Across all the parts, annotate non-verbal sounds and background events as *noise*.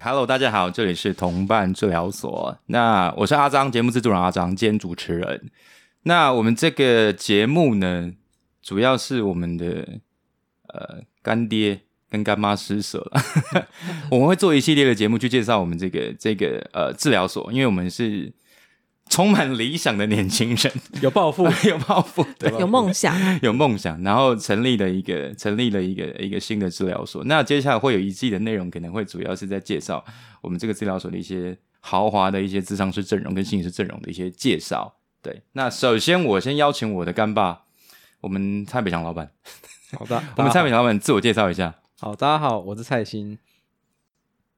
Hello，大家好，这里是同伴治疗所。那我是阿张，节目制作人阿张兼主持人。那我们这个节目呢，主要是我们的呃干爹跟干妈施舍 *laughs* 了。我们会做一系列的节目去介绍我们这个这个呃治疗所，因为我们是充满理想的年轻人，有抱负， *laughs* 有抱负，对，有梦想，有梦想，然后成立了一个成立了一个一个新的治疗所。那接下来会有一季的内容，可能会主要是在介绍我们这个治疗所的一些豪华的一些智商师阵容跟心理师阵容的一些介绍。对，那首先我先邀请我的干爸，我们蔡北强老板，好的， *laughs* 我们蔡北强老板自我介绍一下。好，大家好，我是蔡欣。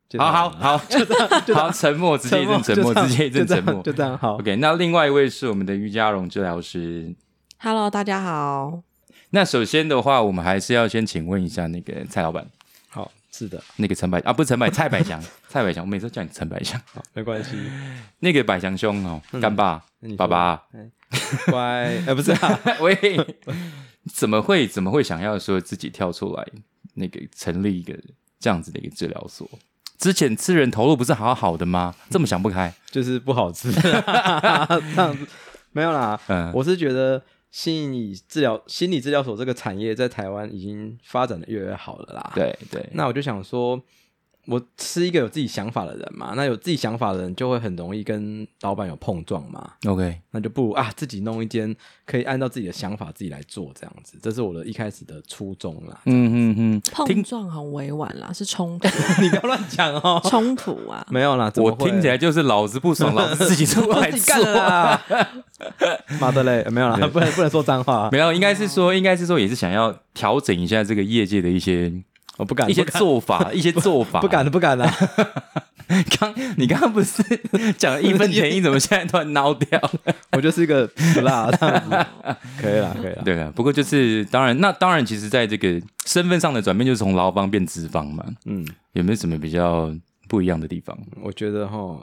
就这好样 *laughs* 好，好，就好，沉默，直接一阵沉默，就这 *laughs* 样直接一阵就这沉样默就。这样好。 OK，那另外一位是我们的于家荣治疗师。 *laughs* Hello，大家好，那首先的话，我们还是要先请问一下那个蔡老板。好，是的，那个陈百啊，不是陈百，蔡百 *laughs* 祥，蔡百祥，我每次都叫你陈百祥。 *laughs* 好，没关系，那个百祥兄哦，嗯干爸那你，爸说爸， *laughs* 乖， *laughs* 呃，不是啊，喂，怎么会怎么会想要说自己跳出来，那个成立一个这样子的一个治疗所？之前吃人头路不是好好的吗？这么想不开，就是不 *laughs* 好吃，这样子没有啦。嗯，我是觉得心理治疗、心理治疗所这个产业在台湾已经发展的越来越好了啦。，对对，那我就想说，我是一个有自己想法的人嘛，那有自己想法的人就会很容易跟老板有碰撞嘛。 OK，。那就不如啊，自己弄一间可以按照自己的想法自己来做这样子，这是我的一开始的初衷啦 *laughs* 嗯嗯碰撞很委婉啦，是冲突，啊你不要乱讲哦， *laughs* 冲突啊，没有啦，嗯，我听起来就是老子不爽，老子自己出来自己干做的。啦，妈的嘞，没有啦，不能不能说脏话， *laughs* 啊没有，应该是说，应该是说，也是想要调整一下这个业界的一些我不敢，一些不敢做法，一些做法， *laughs* 不敢的，不敢的，刚你刚刚不是讲了义愤填膺，怎么现在突然孬掉？我就是一个不辣这样子，可以啦，可以啦，对啊了，不过就是当然，那当然，其实在这个身份上的转变，就是从劳方变资方嘛。嗯，有没有什么比较不一样的地方？我觉得哈。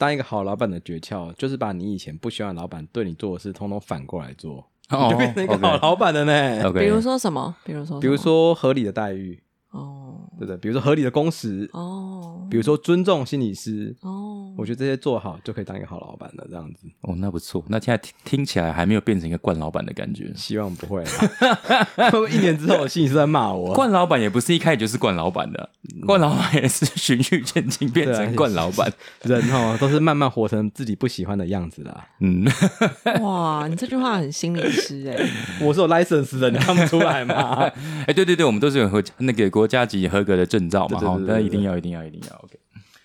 当一个好老板的诀窍，就是把你以前不喜欢的老板对你做的事，通通反过来做，哦你就变成一个好老板了呢。 OK，比如说什么，比如说什么，比如说合理的待遇，哦对不对？比如说合理的工时，哦比如说尊重心理师，哦，我觉得这些做好就可以当一个好老板了。这样子，哦，那不错。那现在听听起来还没有变成一个惯老板的感觉。希望不会啦。会 *laughs* 不会一年之后，心理师在骂我？惯老板也不是一开始就是惯老板的，惯老板也是循序渐进变成惯老板。人哦，都是慢慢活成自己不喜欢的样子啦。嗯，哇，你这句话很心理师 *laughs* 哎、我是有 license 的，你看不出来吗？哎、对对对，我们都是有合那个国家级合格的证照嘛，对对对哈对，对那一对定要一定要一定要 OK。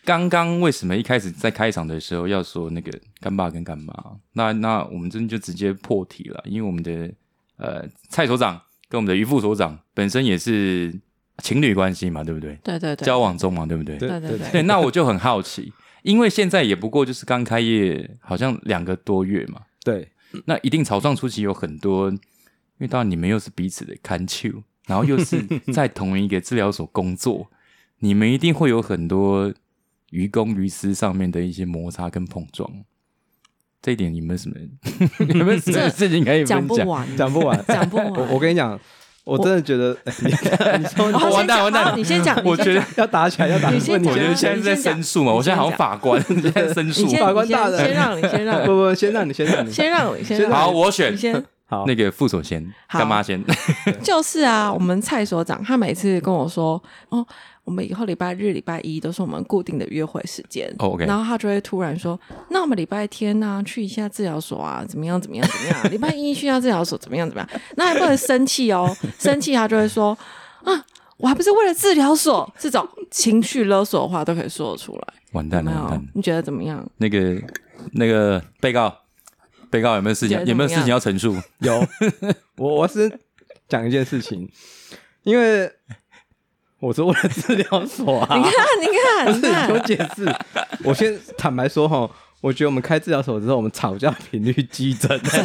刚刚为什么一开始在开场的时候要说那个干爸跟干妈？那那我们真的就直接破题了，因为我们的呃蔡所长跟我们的于副所长本身也是情侣关系嘛，对不对？对对对，交往中嘛，对不对？ *laughs* 对对对对，那我就很好奇，因为现在也不过就是刚开业，好像两个多月嘛，对，那一定草创初期有很多，因为当然你们又是彼此的看丘，然后又是在同一个治疗所工作，你们一定会有很多于公于私上面的一些摩擦跟碰撞。这一点你们有没有 *laughs* 什么有没有什么这事情可以讲分不享？完，，讲不完 *laughs* 讲不完。我我跟你讲，我真的觉得 *laughs* 你说哦完蛋先讲完蛋好你先讲，我你先觉得讲要打起来，要打你先问你我觉得讲现在是在申诉嘛，我现在好像法官现在在申诉你。先，法官你先大人先让你，先让不你，不，先让你，先让你，啊先让你，先先让好，我选你先。好那个副手先，好干妈先。 *laughs* 就是啊，我们蔡所长他每次跟我说，哦，我们以后礼拜日、礼拜一都是我们固定的约会时间。哦，OK 然后他就会突然说，那我们礼拜天呢、去一下治疗所啊，怎么样？怎么样？怎么样？礼拜一去一下治疗所，怎么样？怎么样？ *laughs* 那还不能生气哦，生气他就会说，啊，我还不是为了治疗所，这种情绪勒索的话都可以说得出来，完蛋有没了，完有蛋了？。你觉得怎么样？那个那个被告，被告有没有事觉情？得有没有怎么事样情要陈述？有，我我是讲一件事情，因为我是为了治疗所啊，你看，你不看，是你你听我看，解 *laughs* 释。我先坦白说哈，我觉得我们开治疗所之后，我们吵架频率激增，这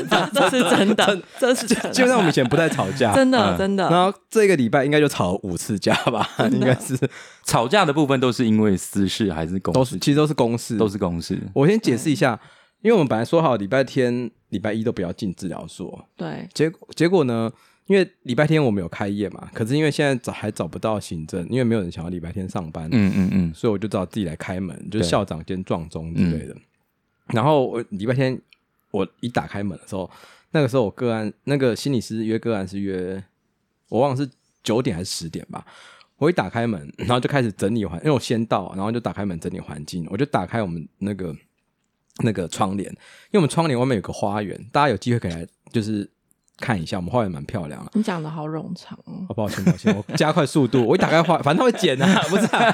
是 *laughs* 真的，这是真的，基本上我们以前不太吵架，真嗯的真的。然后这个礼拜应该就吵了五次架吧，应该是吵架的部分都是因为私事还是公都事？是其实都是公事，都是公事。我先解释一下，因为我们本来说好礼拜天、礼拜一都不要进治疗所，对，结果结果呢，因为礼拜天我们有开业嘛，可是因为现在找还找不到行政，因为没有人想要礼拜天上班，嗯嗯嗯，所以我就找自己来开门，就是对校长兼撞钟之类的。然后我礼拜天我一打开门的时候，那个时候我个案那个心理师约个案是约，我忘了是九点还是十点吧。我一打开门，然后就开始整理环，因为我先到，然后就打开门整理环境，我就打开我们那个那个窗帘，因为我们窗帘外面有个花园，大家有机会可以来就是看一下，我们花园蛮漂亮的。你讲的好冗长哦，哦，抱歉抱歉，我加快速度，我一打开花，反正它会剪啊，不是、啊？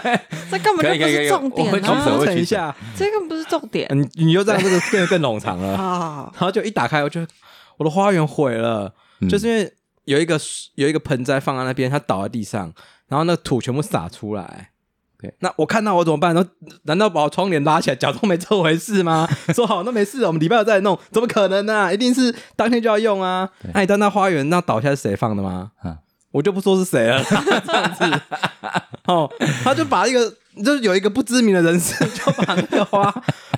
这根本可以可就不以可是以重我会点举手啊我会！等一下，这根本不是重点你你就让这个变得更冗长 *laughs* 了。啊！然后就一打开，我就我的花园毁了，嗯就是因为有一个有一个盆栽放在那边，它倒在地上，然后那土全部洒出来。对，那我看到我怎么办？然后难道把我窗帘拉起来，假装没这回事吗？ *laughs* 说好那没事，我们礼拜二再来弄，怎么可能呢、一定是当天就要用啊！那你当那花园那倒下是谁放的吗？嗯我就不说是谁了， *laughs* 这样子。哦，他就把一个就是有一个不知名的人士，就把那个花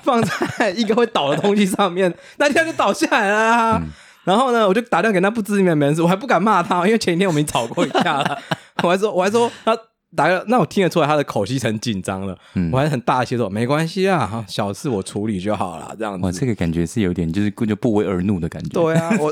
放在一个会倒的东西上面，那天就倒下来了、啊。嗯然后呢，我就打电话给那不知名的人士，我还不敢骂他，因为前几天我们已经吵过一架 *laughs* 了。我还说，我还说他打了，那我听得出来他的口气是很紧张了。嗯我还很大气地说，没关系啊，小事我处理就好了，这样哇，子。这个感觉是有点就是就不为而怒的感觉。对啊， *laughs* 我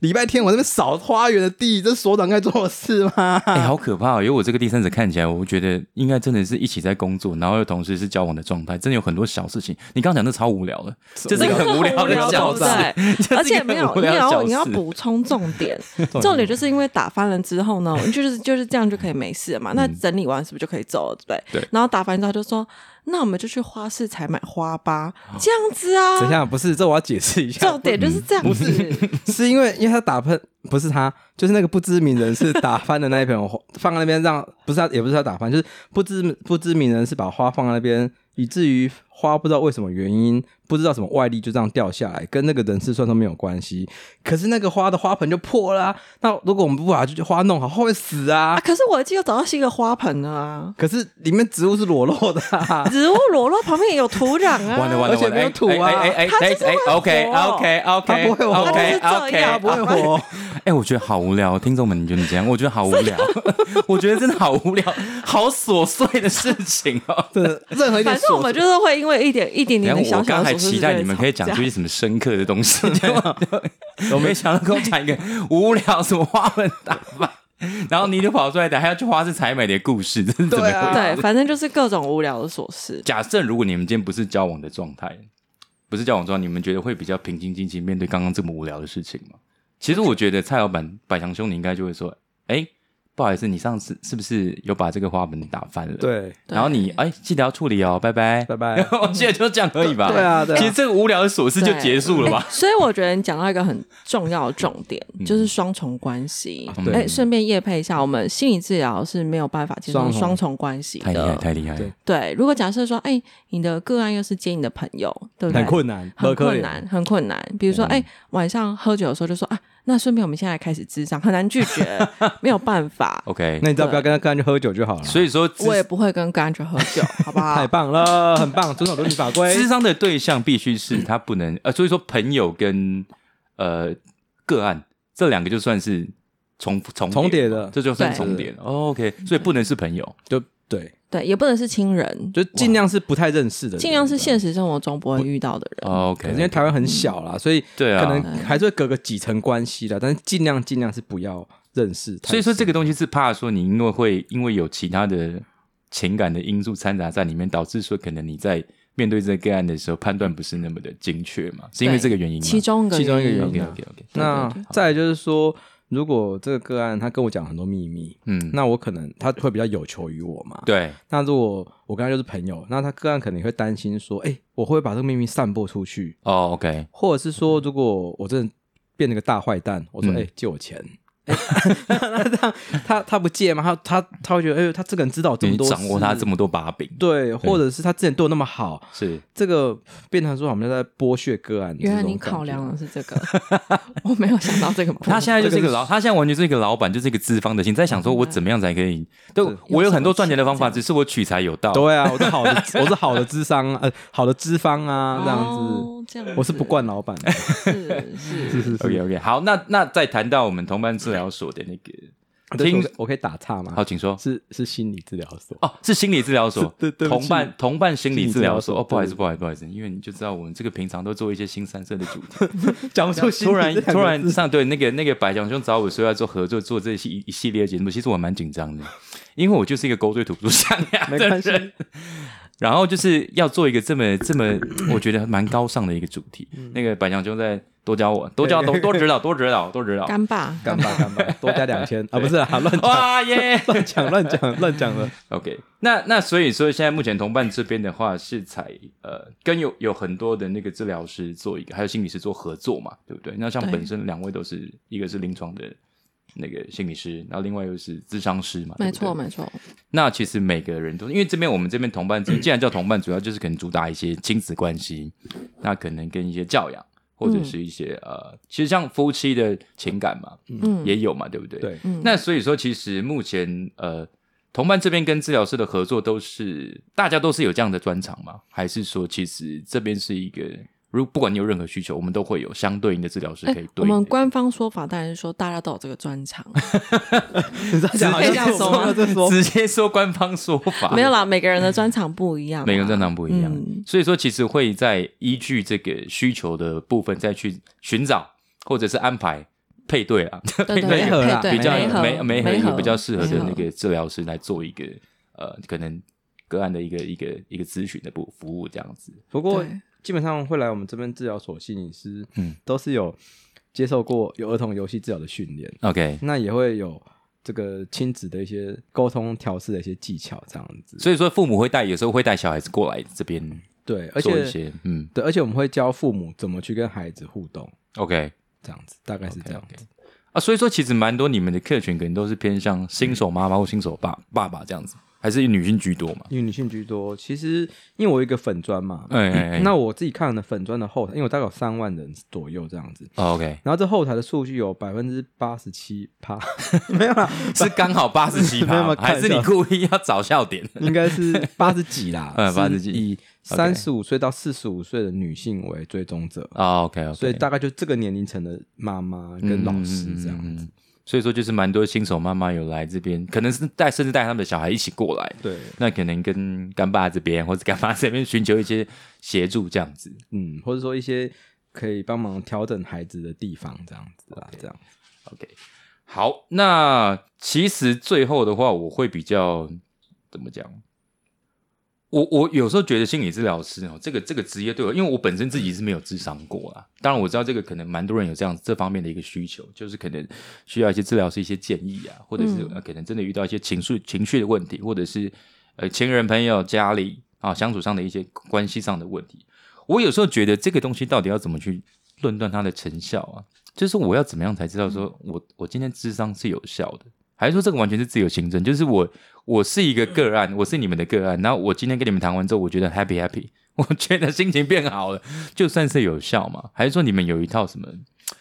礼拜天我在那边扫花园的地，这是所长该做的事吗？哎、好可怕、哦！因为我这个第三者看起来，我觉得应该真的是一起在工作，然后又同时是交往的状态，真的有很多小事情。你刚刚讲的超无聊的，这是一个很无聊的小对事不对，这是一个而且没有很无你聊的要小你要事补充重 *laughs* 点，重点就是因为打翻了之后呢，我们就是就是这样就可以没事了嘛。那整理完是不是就可以走了，对不对？嗯对然后打翻之后就说，那我们就去花市采买花吧，哦这样子啊。等一下，不是，这我要解释一下重。点就是这样嗯 *laughs* 子，是因为因为他打喷，不是他，就是那个不知名人士打翻的那一盆花，放在那边让，不是他，也不是他打翻，就是不知不知名人士把花放在那边，以至于花不知道为什么原因，不知道什么外力就这样掉下来，跟那个人事算都没有关系。可是那个花的花盆就破啦、那如果我们不把这花弄好，花会死啊啊！。可是我记得找到新的花盆了啊，可是里面植物是裸露的、啊，植物裸露旁边也有土壤啊，完了完了而且完了，没有土啊哎哎哎它哎就是哎会，OK 活 OK 它 OK，不会活，OK 它就是这 OK，样不会活。哎、我觉得好无聊，听众们，你觉得怎样？我觉得好无聊， *laughs* 我觉得真的好无聊，好琐碎的事情哦。真 *laughs* 的，任何一点啊反正琐我们事，就是会因为一点一点然点后的小我小刚的还琐事，期待你们可以讲出一些什么深刻的东西，结果我没想到跟我讲一个无聊什么花粉打扮，然后你就跑出来讲还要去花市采买的故事，这是怎么对回啊对，反正就是各种无聊的琐事。假设如果你们今天不是交往的状态，不是交往状态，你们觉得会比较平心静气面对刚刚这么无聊的事情吗？其实我觉得蔡老板、百强兄，你应该就会说：“哎、不好意思，你上次是不是有把这个花盆打翻了？”。对，然后你哎、记得要处理哦，拜拜拜 *laughs* 拜啊然后 *laughs* 我记得就这样而已吧。对啊对啊其实这个无聊的琐事就结束了吧嗯欸？所以我觉得你讲到一个很重要的重点，就是双重关系。对哎、顺便夜配一下，我们心理治疗是没有办法接受双重双重关系太厉害，的。太厉害了对！对，如果假设说，哎、你的个案又是接你的朋友，对不对？很困难，很不可能困难，很困难。比如说，哎、晚上喝酒的时候就说啊，那顺便我们现在开始智商，很难拒绝，没有 *laughs* 办法。 OK，那你知道不要跟他跟他去喝酒就好了。所以说，我也智不会跟甘蔗喝酒，好不太好？棒了，很棒，遵守伦理法规。智商的对象必须是他不能呃，所以说朋友跟呃个案这两个就算是重复重重叠叠的这就算对重叠、哦。OK，所以不能是朋友。就对， *laughs* 对，也不能是亲人，就尽量是不太认识的人，尽量是对现实生活中不会遇到的人。哦 OK，可是因为台湾很小啦，所以对啊可能还是会隔个几层关系的，但是尽量尽量是不要认识太深。所以说这个东西是怕说你因为会因为有其他的情感的因素掺杂在里面，导致说可能你在面对这个个案的时候判断不是那么的精确嘛？是因为对这个原因吗？其中一个，其中一个原因啊 OK OK OK，那再来就是说，如果这个个案他跟我讲很多秘密，嗯，那我可能他会比较有求于我嘛。对，那如果我跟他就是朋友，那他个案可能会担心说，哎，我会不会把这个秘密散播出去，哦 OK，或者是说，如果我真的变了个大坏蛋，我说，嗯哎，借我钱。 *laughs* 那那这样，他他不借吗？他他他会觉得，哎，他这个人知道我这么你多事，掌握他这么多把柄，对，或者是他之前对我那么好，是这个变成说我们在剥削个案，原来你考量的是这个， *laughs* 我没有想到这个部分。啊他现在就是一个老，他现在完全是一个老板，就是一个资方的心，在想说我怎么样才可嗯以，对我有很多赚钱的方法，只是我取材有道。对啊，我是好的， *laughs* 我是好的智商啊，呃，好的资方啊，这样子，哦，这样 *laughs* 子我是不惯老板的，啊是是是是 OK OK，好，那那再谈到我们同伴治疗所的那个，对听我可我可以打岔吗？好，请说。是是心理治疗所，哦，是心理治疗所是，对对不同起伴同伴心理治疗所。心理治疗所哦，不好意思，对不好意思，不好意思，因为你就知道我们这个平常都做一些新三色的主题，讲出心理突然这两个突然字上对那个那个白强兄找我说要做合作，做这一系一系列节目，其实我蛮紧张的，因为我就是一个勾兑吐不出 *laughs* 象牙没的关系人。然后就是要做一个这么这么，我觉得蛮高尚的一个主题。嗯那个白强兄在多教我，多教多多指导，多指导，多指导。干爸，嗯干吧干吧，多加两千啊，不是啊，乱讲哇耶！ *laughs* 乱讲乱讲乱讲了。 OK，那那所以说，现在目前同伴这边的话是采呃跟有有很多的那个治疗师做一个，还有心理师做合作嘛，对不对？那像对本身两位都是一个是临床的那个心理师，然后另外又是咨商师嘛，对没不对错没错，那其实每个人都，因为这边我们这边同伴，既然叫同伴，主要就是可能主打一些亲子关系，那可能跟一些教养，或者是一些、呃，其实像夫妻的情感嘛，嗯，也有嘛，对不对？对，嗯那所以说，其实目前呃，同伴这边跟治疗师的合作都是大家都是有这样的专长吗？还是说，其实这边是一个，如不管你有任何需求，我们都会有相对应的治疗师可以对哎应的、我们官方说法当然是说大家都有这个专 *laughs* 长， *laughs* 你知道讲好像可以这样说吗我没有这 *laughs* 说，直接说官方说法，没有啦，每个人的专长不一样啊嘛，每个人专长不一样，嗯所以说其实会在依据这个需求的部分再去寻找或者是安排配对啊， *laughs* 对对哎配媒合啦对比较媒合没没媒合合有比较适合媒的合那个治疗师来做一个呃可能个案的一个一个一个咨询的部服务这样子。不过对基本上会来我们这边治疗所心理师，嗯嗯，都是有接受过有儿童游戏治疗的训练， OK，那也会有这个亲子的一些沟通调试的一些技巧，这样子。所以说父母会带，有时候会带小孩子过来这边对，而做一且些嗯对，而且我们会教父母怎么去跟孩子互动， OK 这样子，大概是这样子。啊，所以说其实蛮多你们的客群可能都是偏向新手妈妈或新手爸爸爸这样子，还是以女性居多嘛？因为女性居多，其实因为我有一个粉砖嘛，哎哎哎，嗯那我自己看的粉砖的后台，因为我大概有三万人左右这样子。哦 OK。 *laughs* 然后这后台的数据有百分之八十七趴， *laughs* 没有啦，是刚好八十七 *laughs* 没有没趴，有还是你故意要找笑 *laughs* 点？ *laughs* 应该是八十几啦，嗯是80几以 OK 三十五岁到四十五岁的女性为追踪者，哦，OK，, o k 所以大概就这个年龄层的妈妈跟老师嗯这样子。所以说就是蛮多新手妈妈有来这边，可能是带甚至带他们的小孩一起过来，对，那可能跟干爸这边或者干妈这边寻求一些协助这样子。嗯，或者说一些可以帮忙调整孩子的地方这样子啊啦，这样。 OK，好，那其实最后的话，我会比较怎么讲？我我有时候觉得心理治疗师哦，这个这个职业对我，因为我本身自己是没有智商过啦。当然我知道这个可能蛮多人有这样这方面的一个需求，就是可能需要一些治疗师一些建议啊，或者是、嗯呃、可能真的遇到一些情绪情绪的问题，或者是呃亲人朋友家里啊相处上的一些关系上的问题。我有时候觉得这个东西到底要怎么去论断它的成效啊？就是我要怎么样才知道说我我今天智商是有效的，还是说这个完全是自由行政？就是我我是一个个案，我是你们的个案，然后我今天跟你们谈完之后，我觉得 happy happy，我 *laughs* 觉得心情变好了，就算是有效嘛？还是说你们有一套什么？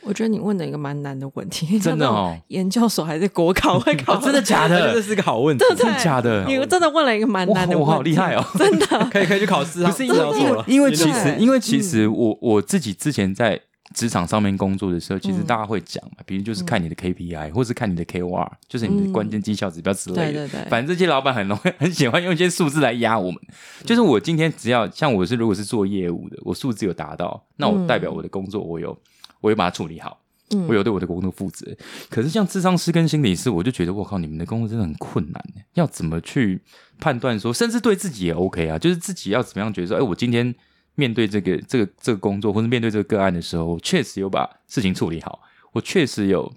我觉得你问的一个蛮难的问题，真的哦像那种研究所还是国考会 *laughs* 考，真的假的这是个好 *laughs* 问题， *laughs* 对不对？真的假的哦你真的问了一个蛮哇难的，我好厉害！哦！*laughs* 真的，可以可以去考试啊，不是因治疗为因所为了。因为其实对嗯因为其实我我自己之前在职场上面工作的时嗯候，其实大家会讲嘛，比如就是看你的 KPI，或是看你的 KOR，就是你的关键绩效指标之类的。嗯对对对反正这些老板很容易很喜欢用一些数字来压我们。嗯就是我今天只要像我是如果是做业务的，我数字有达到，那我代表我的工作我有我有把它处理好。嗯我有对我的工作负责。可是像智商师跟心理师，我就觉得我靠，你们的工作真的很困难耶，要怎么去判断说，甚至对自己也 OK 啊，就是自己要怎么样觉得说，哎，我今天面对这个这个这个工作，或者面对这个个案的时候，我确实有把事情处理好，我确实有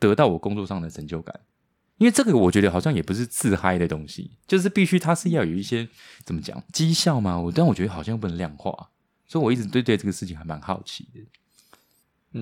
得到我工作上的成就感。因为这个，我觉得好像也不是自嗨的东西，就是必须它是要有一些怎么讲绩效嘛。我但我觉得好像不能量化，所以我一直对对这个事情还蛮好奇的。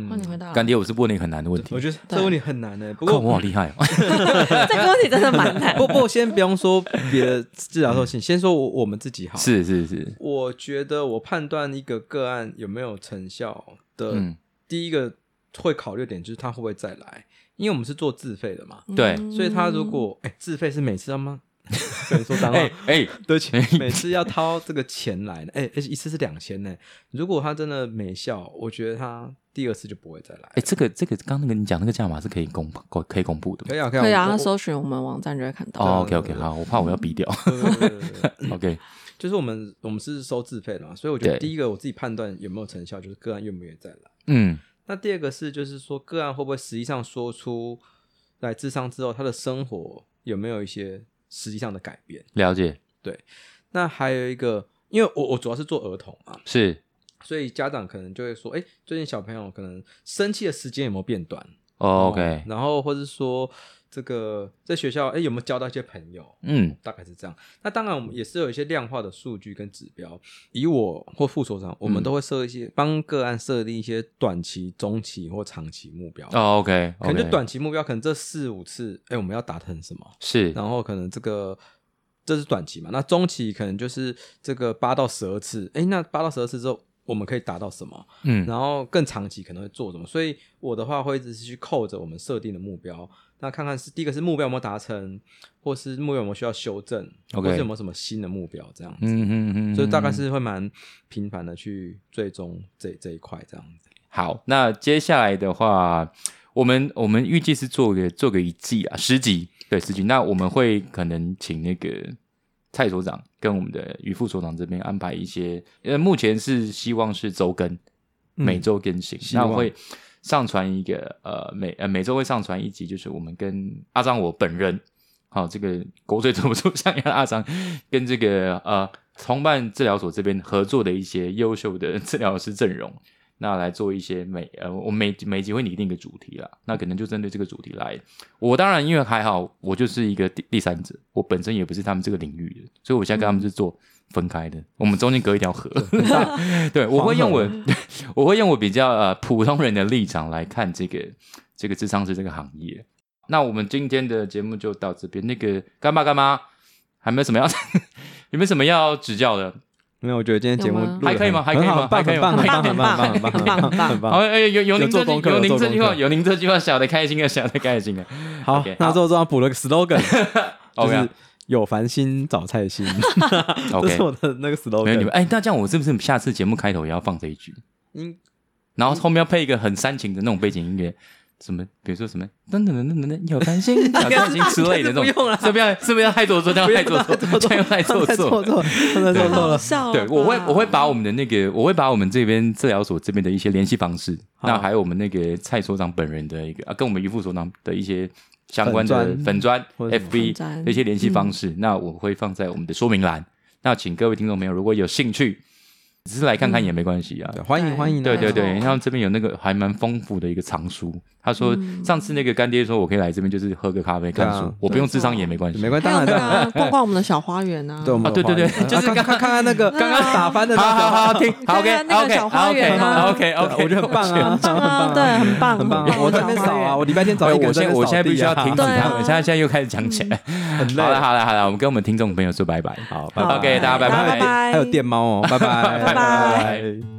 帮你回答了。干爹，我是问了一个很难的问题嗯我，觉得这个问题很难呢。不看我过嗯好厉害哦！ *laughs* 这个问题真的蛮难。不不，先不用说别的治疗授信，先说我我们自 *laughs* 己好。，是是是，我觉得我判断一个个案有没有成效的嗯，第一个会考虑点就是他会不会再来，因为我们是做自费的嘛， *laughs* 对嗯所以他如果哎自费是每次要吗？ *laughs* 不能说脏话哎，哎， *laughs* 对不起，每次要掏这个钱来呢，哎、而且一次是两千呢。如果他真的没效，我觉得他第二次就不会再来哎、。这个这个刚刚那个你讲那个价码是可以公公可以公布的吗可以啊，可以啊，可以啊，我他搜寻我们网站就会看啊到。哦，OK OK，好，我怕嗯我要逼 *laughs* 掉。对对对对对对 *laughs* OK，就是我们我们是收自费的嘛，所以我觉得对第一个我自己判断有没有成效，就是个案愿不愿意再来。嗯，那第二个是就是说个案会不会实际上说出来智商之后，他的生活有没有一些实际上的改变？了解，那还有一个，因为我我主要是做儿童嘛，是所以家长可能就会说，哎、最近小朋友可能生气的时间有没有变短、哦哦 OK，然后或是说这个在学校，哎、有没有交到一些朋友？嗯，大概是这样。那当然，我们也是有一些量化的数据跟指标。以我或副所长，我嗯们都会设一些帮个案设定一些短期、中期或长期目标。哦 OK，可能就短期目标，可能这四五次，哎、我们要达成什么？是然后可能这个这是短期嘛，那中期可能就是这个八到十二次，哎、那八到十二次之后。我们可以达到什么？嗯然后更长期可能会做什么？所以我的话会一直去扣着我们设定的目标，那看看是第一个是目标有没有达成，或是目标有没有需要修正 OK 或是有没有什么新的目标这样子。嗯嗯嗯，所以大概是会蛮频繁的去追踪这这一块这样子。好，那接下来的话，我们我们预计是做个做个一季啊，十集，对十集。那我们会可能请那个蔡所长跟我们的于副所长这边安排一些，呃，目前是希望是周更，每周更新，嗯希那望我会上传一个呃每呃每周会上传一集，就是我们跟阿张我本人，好、这个国粹做不出像样的阿张跟这个呃同伴治疗所这边合作的一些优秀的治疗师阵容。那来做一些每呃，我每每集会拟定一个主题啦，那可能就针对这个主题来。我当然因为还好，我就是一个第第三者，我本身也不是他们这个领域的，所以我现在跟他们是做分开的，我们中间隔一条河。 *laughs* 对，我会用我 *laughs* 我会用我比较呃普通人的立场来看这个这个智商师这个行业。那我们今天的节目就到这边。那个干妈干妈，还没有什么要 *laughs* 有没有什么要指教的？没有，我觉得今天节目有吗录得还可以吗很还可以吗很好还棒可以吗很棒，很棒，很很棒，棒很很棒，棒很棒，很好，棒。哎有有有您做这句功课有有您做这句话，功课有您这句话，小的开心啊，小的开 *laughs* 心啊。好 OK，，那周周要补了个 slogan，就 *laughs* OK 啊是有烦心找 *laughs* 菜心，这 OK，是我的那个没有你 slogan 们。哎，那这样我是不是下次节目开头也要放这一句？嗯，然后后面要配一个很煽情的那种背景音乐，什么比如说什么噔噔噔噔噔噔，有担 *laughs* 心、有担心之类的那种，不用了是不要是不是要太做作？这样太做作，这样太做错作错。错，真的对错好错好了。笑哦。对，我会我会把我们的那个，我会把我们这边治疗所这边的一些联系方式，好那还有我们那个蔡所长本人的一个啊，跟我们于副所长的一些相关的粉专粉砖、或者什 FB 么粉专的一些联系方式，那我会放在我们的说明栏。那请各位听众朋友，如果有兴趣，只是来看看也没关系啊。对欢哎迎欢迎啊，对对没错对，然后这边有那个还蛮丰富的一个藏书。他说上次那个干爹说我可以来这边，就是喝个咖啡看对书啊，我不用智商也没关系。没关系，还当有然那当个然，啊逛逛我们的小花园啊，对，我们有啊对对对欢迎就是刚啊看看看看那 *laughs* 个刚刚打翻的好好那好个，好听，好 OK 对啊那个 OK 小花 OK 园啊 OK 对 OK，我觉得很棒啊， *laughs* 很棒啊，对，很棒，很棒很啊，我在那边小扫花园啊，我礼拜天早哎上我现我现在必须要停止对他啊们，现在现在又开始讲起来。很累好了好了好了，我们跟我们听众朋友说拜拜。好，拜好拜 OK，大家拜拜拜拜还有电猫哦，拜拜拜拜拜。